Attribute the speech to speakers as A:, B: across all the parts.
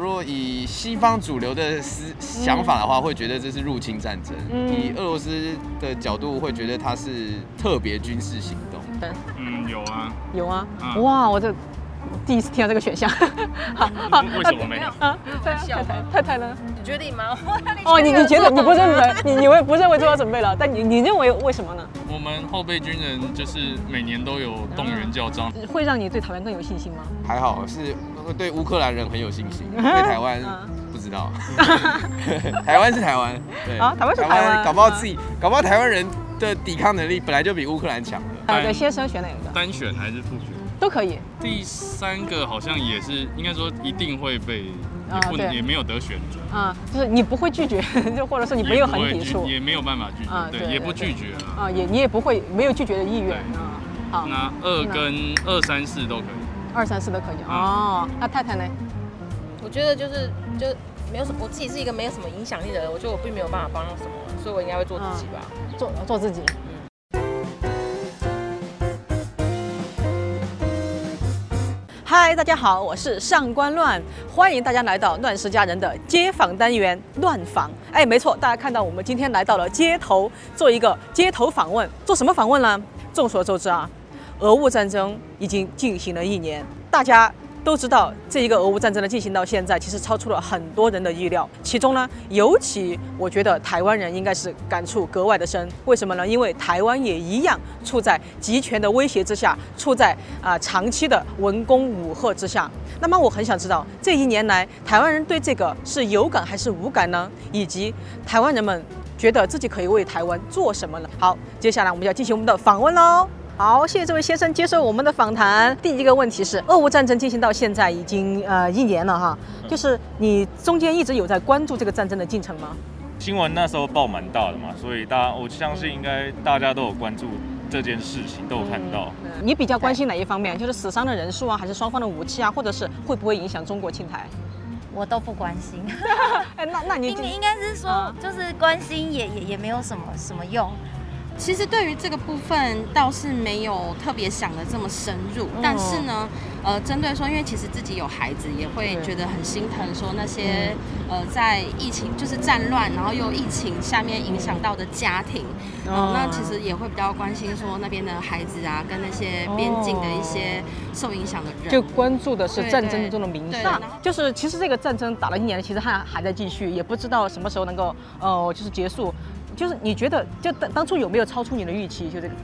A: 说以西方主流的思想法的话，会觉得这是入侵战争；
B: 嗯
A: 以俄罗斯的角度，会觉得它是特别军事行动。
C: 嗯，有 啊。
B: 有啊，
C: 嗯
B: 哇，我这第一次听到这个选项。好好
C: 嗯为什么没有？
B: 啊，对啊
D: 笑
B: 太
D: 吗
B: 太太太呢？
D: 决定 吗？
B: 哦，你你觉得你不认
D: 认
B: 为 你你会不认为做好准备了？但你你认为为什么呢？
C: 我们后备军人就是每年都有动员教章，
B: 会让你对台湾更有信心吗？
A: 还好是呃对乌克兰人很有信 心，对台湾
B: 嗯
A: 不知 道。 台湾是台湾，对
B: 啊台湾是台湾
A: 搞不好
B: 嗯
A: 自己，搞不好台湾人的抵抗能力本来就比乌克兰强了。
B: 啊，
C: 哎
B: 对，先生选哪一个
C: 单选还是复选？
B: 都可以。
C: 第三个好像也是，应该说一定会被，
B: 啊
C: 也不
B: 对
C: 也没有得选择，
B: 啊，就是你不会拒绝， 就或者说你没有很
C: 也不
B: 抵
C: 会拒
B: 触，
C: 也没有办法拒
B: 啊
C: 绝，
B: 对
C: 对，也不
B: 对
C: 拒绝啊。
B: 啊，也你也不会没有拒绝的意愿
C: 对
B: 啊。好，
C: 那二跟二三四都可以，
B: 二三四都可以。
C: 嗯
B: 哦，那太太呢？
D: 我觉得就是就没有什么，我自己是一个没有什么影响力的人，我觉得我并没有办法帮到什么，所以我应该会做自己吧。
E: 嗯
B: 做做自己。嗨，大家好，我是上官乱，欢迎大家来到乱世佳人的街访单元乱访。哎，没错，大家看到我们今天来到了街头，做一个街头访问，做什么访问呢？众所周知啊，俄乌战争已经进行了一年，大家都知道，这一个俄乌战争的进行到现在，其实超出了很多人的意料。其中呢，尤其我觉得台湾人应该是感触格外的深。为什么呢？因为台湾也一样处在集权的威胁之下，处在啊、长期的文攻武吓之下。那么我很想知道，这一年来台湾人对这个是有感还是无感呢？以及台湾人们觉得自己可以为台湾做什么呢？好，接下来我们就要进行我们的访问喽。好，谢谢这位先生接受我们的访谈。第一个问题是，俄乌战争进行到现在已经呃一年了哈，就是你中间一直有在关注这个战争的进程吗？
F: 新闻那时候报蛮大的嘛，所以大家我相信应该大家都有关注这件事情，都有看到。
B: 你比较关心哪一方面？就是死伤的人数啊，还是双方的武器啊，或者是会不会影响中国侵台？
G: 我都不关心，
B: 哎，那那你
G: 应应该是说
B: 啊，
G: 就是关心也也也没有什么什么用。
E: 其实对于这个部分倒是没有特别想的这么深入，
D: 嗯
E: 但是呢，呃，针对说，因为其实自己有孩子，也会
B: 对
E: 觉得很心疼，说那些、
D: 嗯
E: 呃在疫情就是战乱，然后又疫情下面影响到的家庭，
B: 哦
E: 那其实
D: 嗯
E: 也会比较关心说那边的孩子啊，跟那些边境的
D: 哦
E: 一些受影响的人，
B: 就关注的是
E: 对
B: 战争中的名
E: 对
B: 下
E: 然后，
B: 就是其实这个战争打了一年，其实还还在继续，也不知道什么时候能够呃就是结束。就是你觉得就当当初有没有超出你的预期？就这个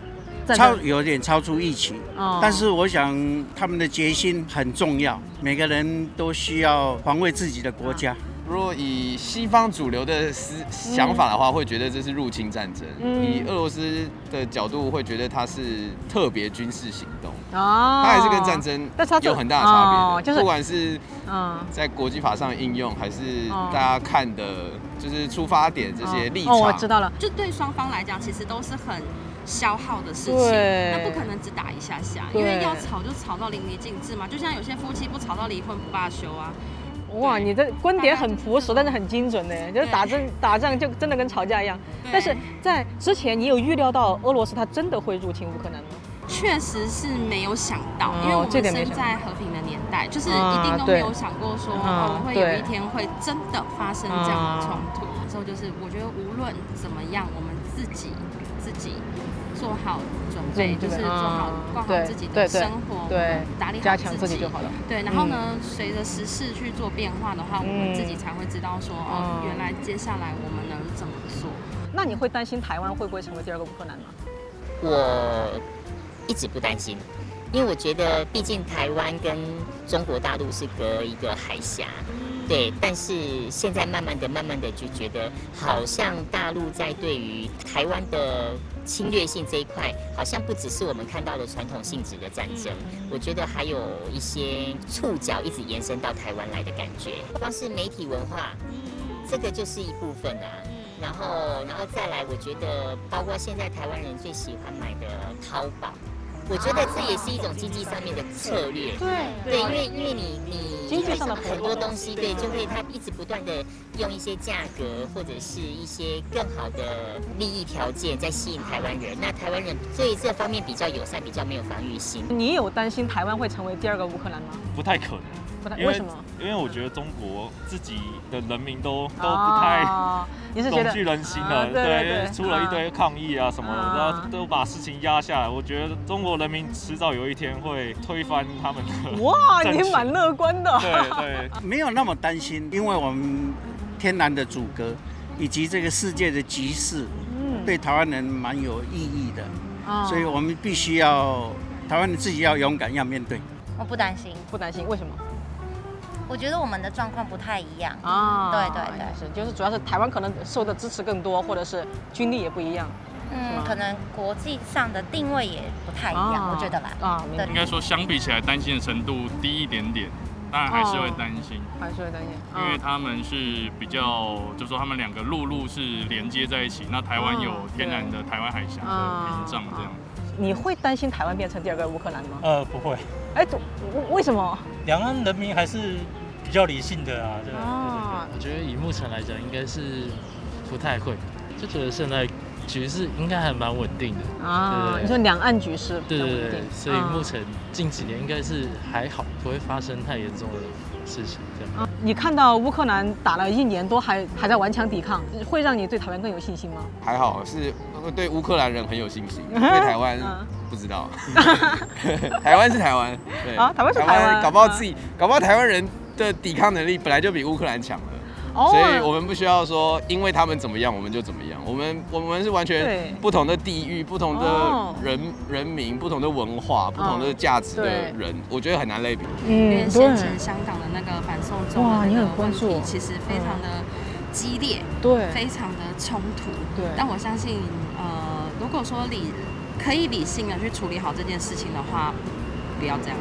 B: 战
H: 超
B: 争
H: 有点超出预期，
B: 哦
H: 但是我想他们的决心很重要，每个人都需要防卫自己的国家。
A: 如果以西方主流的思想法的话，会觉得这是入侵战争；
B: 嗯
A: 以俄罗斯的角度，会觉得它是特别军事行动。
B: 啊
A: 它还是跟战争
B: 但是它是
A: 有很大的差别的
B: 哦就是
A: 不管是
B: 嗯
A: 在国际法上的应用，还是
B: 哦
A: 大家看的，就是出发点这些立场。
B: 哦，我知道了。
E: 就对双方来讲，其实都是很消耗的事情。
B: 对
E: 那不可能只打一下下，
B: 对
E: 因为要吵就吵到淋漓尽致嘛。就像有些夫妻不吵到离婚不罢休啊。
B: 哇，你这观点很朴实，但是很精准呢。就是打仗打仗就真的跟吵架一样。
E: 对
B: 但是在之前，你有预料到俄罗斯它真的会入侵乌克兰吗？
E: 确实是没有想到，
B: 哦
E: 因为我们
B: 这点
E: 生
B: 没想到
E: 在和平的年代，就是
B: 啊
E: 一定都
B: 对
E: 没有想过说、
B: 啊
E: 哦会
B: 对啊
E: 有一天会真的发生这样的冲突。之后就是我觉得无论怎么样，我们自己自己做好准备，
B: 准备
E: 就是做好
B: 啊
E: 管
B: 对
E: 好自己
B: 对
E: 的
B: 对
E: 生活，
B: 对
E: 打理好
B: 加强自己就好了。嗯
E: 对，然后呢，随着时事去做变化的话，我们自己才会知道说，哦
B: 嗯，
E: 原来接下来我们能怎么做。
B: 那你会担心台湾会不会成为第二个乌克兰吗？
I: 我一直不担心，因为我觉得毕竟台湾跟中国大陆是隔一个海峡，对。但是现在慢慢的、慢慢的就觉得，好像大陆在对于台湾的侵略性这一块，好像不只是我们看到的传统性质的战争，我觉得还有一些触角一直延伸到台湾来的感觉，光是媒体文化，这个就是一部分啊。然后，然后再来，我觉得包括现在台湾人最喜欢买的淘宝，我觉得这也是一种经济上面的策略。哦对，因为因为你你
B: 经济上的
I: 因为很多东西，对，就会它一直不断的用一些价格或者是一些更好的利益条件在吸引台湾人。那台湾人对这方面比较友善，比较没有防御心。
B: 你有担心台湾会成为第二个乌克兰吗？
F: 不太可能，
B: 不太
F: 因
B: 为什么？
F: 因为我觉得中国自己的人民都都不太
B: 啊你是觉
F: 懂
B: 得
F: 具人心
B: 啊
F: 了，
B: 对对对
F: 出了一堆抗议啊什么的，
B: 啊
F: 然后都把事情压下来。我觉得中国人民迟早有一天会推翻他们的。
B: 哇，
F: 正
B: 你
F: 确
B: 蛮乐观的。
F: 对对，
H: 没有那么担心，因为我们天然的阻隔以及这个世界的局势，
B: 嗯
H: 对台湾人蛮有意义的，
B: 啊
H: 所以我们必须要台湾人自己要勇敢，要面对。
G: 我不担心，
B: 不担心，为什么？
G: 我觉得我们的状况不太一样。
B: 啊
G: 对对对
B: 也是，就是主要是台湾可能受的支持更多，或者是军力也不一样，
G: 嗯
B: 吗，
G: 可能国际上的定位也不太一样，
B: 啊
G: 我觉得啦。
B: 啊，明白
G: 对
C: 应该说相比起来，担心的程度低一点点，当然还是
B: 哦
C: 会担心，
B: 还是会担心，
C: 因为
B: 啊
C: 他们是比较，就说他们两个陆路是连接在一起，那台
B: 嗯
C: 湾有天然的台湾海峡的屏障这样。
B: 你会担心台湾变成第二个乌克兰
F: 哦
B: 吗？
J: 呃，不会，
B: 哎，怎为为什么？
J: 两岸人民还是比较理性的啊，对对
B: 啊
G: 哦
J: 对
K: 我觉得以目前来讲，应该是不太会，就觉得现在局势应该还蛮稳定的。
B: 啊，
K: 对
B: 你说两岸局势比
K: 对
B: 较
K: 对
B: 稳
K: 对
B: 定，，
K: 所以
B: 啊
K: 目前近几年应该是还好，不会发生太严重的事情。这样，
B: 啊你看到乌克兰打了一年多还还在顽强抵抗，会让你对台湾更有信心吗？
A: 还好是呃对乌克兰人很有信 心，对台湾
B: 嗯
A: 不知 道。 台湾是台湾，对
B: 啊台湾是台湾
A: 搞不好
B: 嗯
A: 自己，搞不好台湾人的抵抗能力本来就比乌克兰强了。
B: 哦
A: 所以我们不需要说，因为他们怎么样，我们就怎么样。我们我们是完
B: 对
A: 全不同的地域、不同
B: 哦嗯
A: 的人、人民、不同的文化、不同的价值的
B: 对
A: 人，我觉得很难类比。
E: 因为
B: 嗯
E: 先前香港的那个反送中
B: 哇
E: 的
B: 你
E: 那
B: 很
E: 个
B: 关
E: 问
B: 注哦嗯
E: 题，其实非常的激烈，
B: 对
E: 非常的冲突。
B: 对
E: 但我相信，呃，如果说理可以理性的去处理好这件事情的话，不要这样。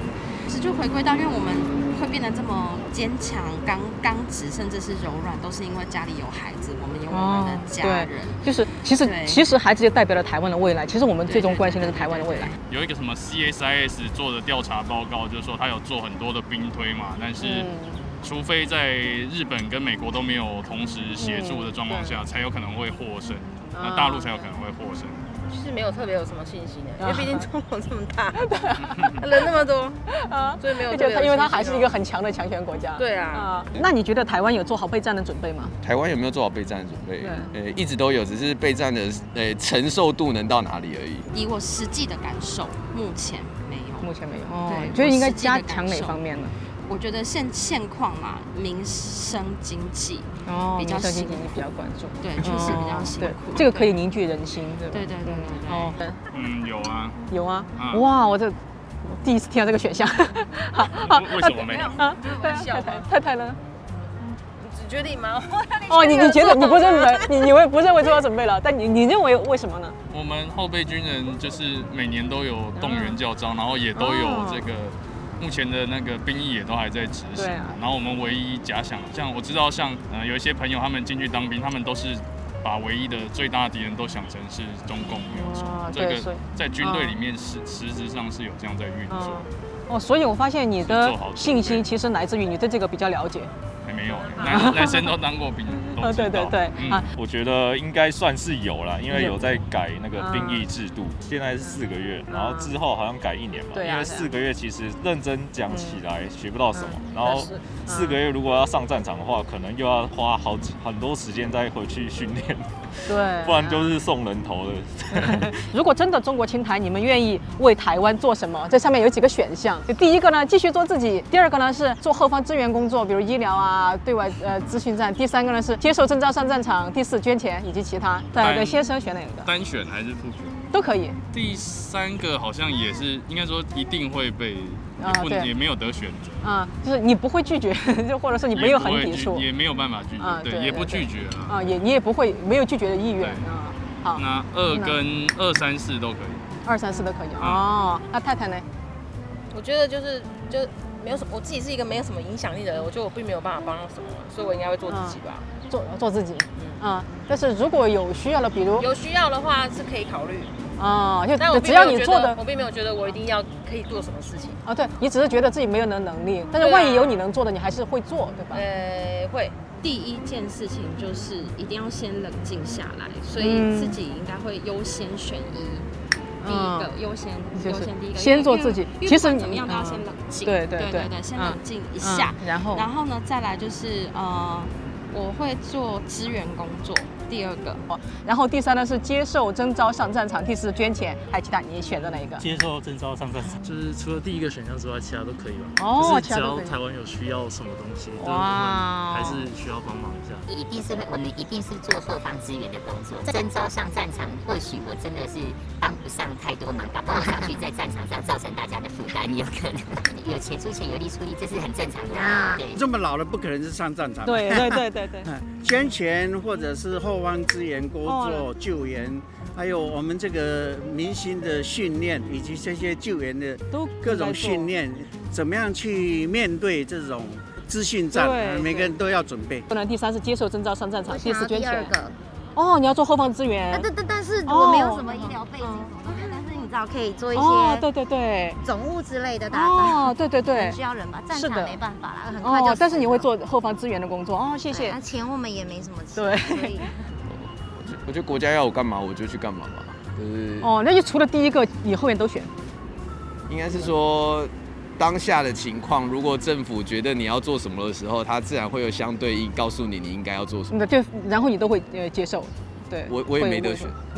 E: 其实就回归到，因为我们会变得这么坚强、刚刚直，甚至是柔软，都是因为家里有孩子，我们有我们的家人。
B: 哦就是其实
E: 对
B: 其实孩子就代表了台湾的未来，其实我们最终
E: 对对
B: 关心的是台湾的未来。
C: 有一个什么 CSIS 做的调查报告，就是说他有做很多的兵推嘛，但是
B: 嗯
C: 除非在日本跟美国都没有同时协助的状况
B: 嗯
C: 下，才有可能会获胜，那大陆才有可能会获胜。
D: 就是没有特别有什么信心的，因
B: 啊
D: 为毕竟中国这么 大，人那么多，
B: 啊，
D: 所以没有
B: 而
D: 特别
B: 且
D: 有
B: 它因为它
D: 信心
B: 还是
D: 哦
B: 一个很强的强权国家。
D: 对啊
B: 啊，那你觉得台湾有做好备战的准备吗？
A: 台湾有没有做好备战的准备？呃，一直都有，只是备战的呃承受度能到哪里而已。
E: 以我实际的感受，目前没有。
B: 目前没有。哦
E: 对
B: 觉得应该
E: 我实际的
B: 加
E: 感
B: 强哪
E: 受
B: 方面呢？
E: 我觉得现现况嘛，民生经济，
B: 哦
E: 比较
B: 民生经济
E: 辛苦
B: 比较关注。
E: 对，确实比较
B: 哦
E: 辛
B: 对
E: 苦。
B: 这个可以
E: 对。
B: 凝聚人心，对吧？
E: 对对对对对。
B: 哦，
C: 嗯，有 啊，
B: 有啊，
C: 嗯
B: 哇，我这第一次听到这个选项。 好，好
C: 为什么 没有？
B: 啊，对
D: 玩
B: 啊，
D: 笑
B: 太
D: 吗
B: 太太太 呢？
D: 你决定 吗？
B: 哦，你你觉得你不认为你你们不认为做好准备了，但你你认为为什么呢？
C: 我们后备军人就是每年都有动员教招，然后也都有
B: 嗯
C: 这个目前的那个兵役也都还在执行。
B: 对啊
C: 然后我们唯一假想，像我知道像呃有一些朋友他们进去当兵，他们都是把唯一的最大的敌人都想成是中共，没有错
B: 啊。
C: 这
B: 对所以
C: 个在军队里面实实质上是有这样在运
B: 嗯
C: 作，，
B: 哦，所以我发现你
C: 是
B: 的
C: 做好准备
B: 信心其实来自于你对这个比较了解。
C: 还没有男男生都当过兵， 都
B: 啊，
C: 知
B: 对
C: 道
B: 对对
C: 嗯
B: 啊，
F: 我觉得应该算是有啦，因为有在改那
B: 嗯
F: 个兵役制度，现在是四个月，然后之后好像改一年嘛。
B: 对啊
F: 因为四个月其实认真讲起来学不到什么，然
B: 但
F: 后
B: 是嗯
F: 四个月如果要上战场的话，可能又要花好几很多时间再回去训练，
B: 对，啊
F: 不然就是送人头的。
B: 如果真的中国侵台，你们愿意为台湾做什么？这上面有几个选项，第一个呢，继续做自己；第二个呢是做后方支援工作，比如医疗啊、对外呃资讯站；第三个呢是接受征召上战场；第四捐钱以及其他。对
C: 但
B: 对，先生选哪个
C: 单选还是复选？
B: 都可以。
C: 第三个好像也是，应该说一定会被，
B: 啊
C: 也不
B: 对
C: 也没有得选择。
B: 啊、就是你不会拒绝，就或者说你没有很
C: 也不
B: 抵
C: 会拒
B: 触
C: 也没有办法拒绝，
B: 啊对
C: 对，
B: 对
C: 也不
B: 对
C: 拒绝啊。
B: 啊，也你也不会没有拒绝的意愿
C: 对
B: 啊。好，
D: 嗯
C: 那二跟二三四都可以，
B: 二三四都可以哦。
D: 嗯
B: 那太太呢？
D: 我觉得就是就没有什么，我自己是一个没有什么影响力的人，我觉得我并没有办法帮到什么，所以我应该会做自己吧。
B: 做做自己啊、但是如果有需要的，比如
D: 有需要的话是可以考 虑，
B: 啊、
D: 但我并
B: 就嗯只
D: 没
B: 要
D: 有
B: 你
D: 觉
B: 做
D: 得
B: 的
D: 我并没有觉得我一定要可以做什么事情。
B: 啊，对你只是觉得自己没有能能力，但是
D: 对啊
B: 万一有你能做的，你还是会做，对吧？
D: 呃，会，
E: 第一件事情就是一定要先冷静下来，所
B: 嗯
E: 以自己应该会优先选一。第一个优先
B: 就
E: 优
B: 是
E: 先第一个，
B: 先
E: 因为
B: 做
E: 因为
B: 自己
E: 因
B: 其
E: 为不管
B: 实
E: 怎么样都要
B: 嗯
E: 先冷静，
B: 对对
E: 对
B: 对
E: 对，先
B: 嗯
E: 冷静一
B: 嗯
E: 下，
B: 然后
E: 然后呢，再来就是呃，我会做支援工作，第二个，
B: 然后第三呢是接受征召上战场，第四是捐钱，还有其他你选择哪一个？
J: 接受征召上战场，
K: 就是除了第一个选项之外，其他都可以吧？
B: 哦
K: 就是只
B: 其他都
K: 要
B: 可以啊
K: 台湾有需要什么东西，就是我们
I: 哇
K: 还是需要帮忙一下。
I: 一定是会，我们一定是做后方支援的工作。征召上战场，或许我真的是帮不上太多忙，搞不好上去在战场上造成大家的负担，也有可能。有钱出钱，有力出力，这是很正常的。对，
H: 这么老了，不可能是上战场。
B: 对对对对对，
H: 捐钱啊或者是后方支援工
B: 哦
H: 作、救援，还有我们这个明星的训练，以及这些救援的
B: 都
H: 各种训练，怎么样去面对这种资讯战啊
B: 对，
H: 每个人都要准备。
B: 不然第三是接受征召上战场，
G: 想要
B: 四捐
G: 第二
B: 钱。
G: 个。
B: 哦，你要做后方支
G: 啊
B: 援。
G: 对对，但是
B: 哦嗯
G: 我没有什么医疗背景什么都没有，但是你知道可以做一
B: 哦，
G: 些
B: 对对对。
G: 总务之类的打造。
B: 哦，对对对
G: 很。需要人吧，战
B: 是
G: 场
B: 的
G: 没办法啦，很快就死
B: 哦
G: 了。，
B: 但是你会做后方支援的工作哦，谢谢。
G: 那啊钱我们也没什么钱，
B: 对
G: 所以
A: 我觉得国家要我干嘛，我就去干嘛吧。就是
B: 哦，那就除了第一个，你后面都选。
A: 应该是说，当下的情况，如果政府觉得你要做什么的时候，它自然会有相对应告诉你你应该要做什么。
B: 那就然后你都会呃接受，对。
A: 我我也
B: 会
A: 没得选。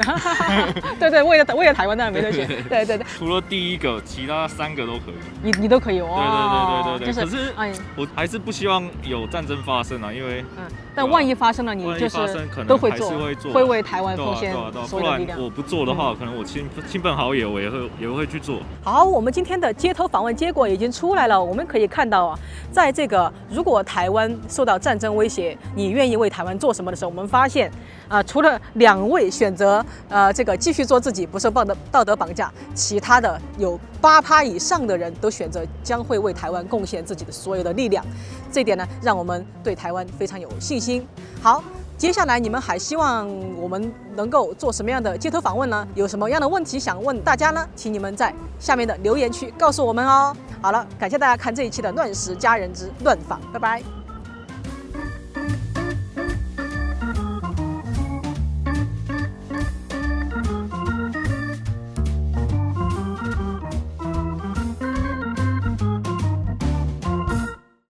B: 对对，为了为了台湾当然没 得选。对对对，
F: 除了第一个，其他三个都可以。
B: 你你都可以
F: 对
B: 哦。
F: 对对对对。
B: 就是
F: 可
B: 哎
F: 是我还是不希望有战争发生啊，因为
B: 嗯，但万一发生了，你
F: 万一
B: 就
F: 发生可
B: 是
F: 能
B: 都会
F: 还是
B: 做，
F: 会做啊
B: 为台湾
F: 对
B: 奉
F: 啊对
B: 献
F: 啊对啊，
B: 所
F: 不
B: 有的力量嗯
F: 然。我不做的话，可能我亲亲朋好友我也会也会去做。
B: 好，我们今天的街头访问结果已经出来了。我们可以看到啊，在这个如果台湾受到战争威胁，你愿意为台湾做什么的时候，我们发现啊、除了两位选择呃这个继续做自己，不受道德道德绑架，其他的有八趴以上的人都选择将会为台湾贡献自己的所有的力量。这一点呢，让我们对台湾非常有信心。好。接下来你们还希望我们能够做什么样的街头访问呢？有什么样的问题想问大家呢？请你们在下面的留言区告诉我们哦。好了，感谢大家看这一期的《乱石佳人之乱访》，拜拜。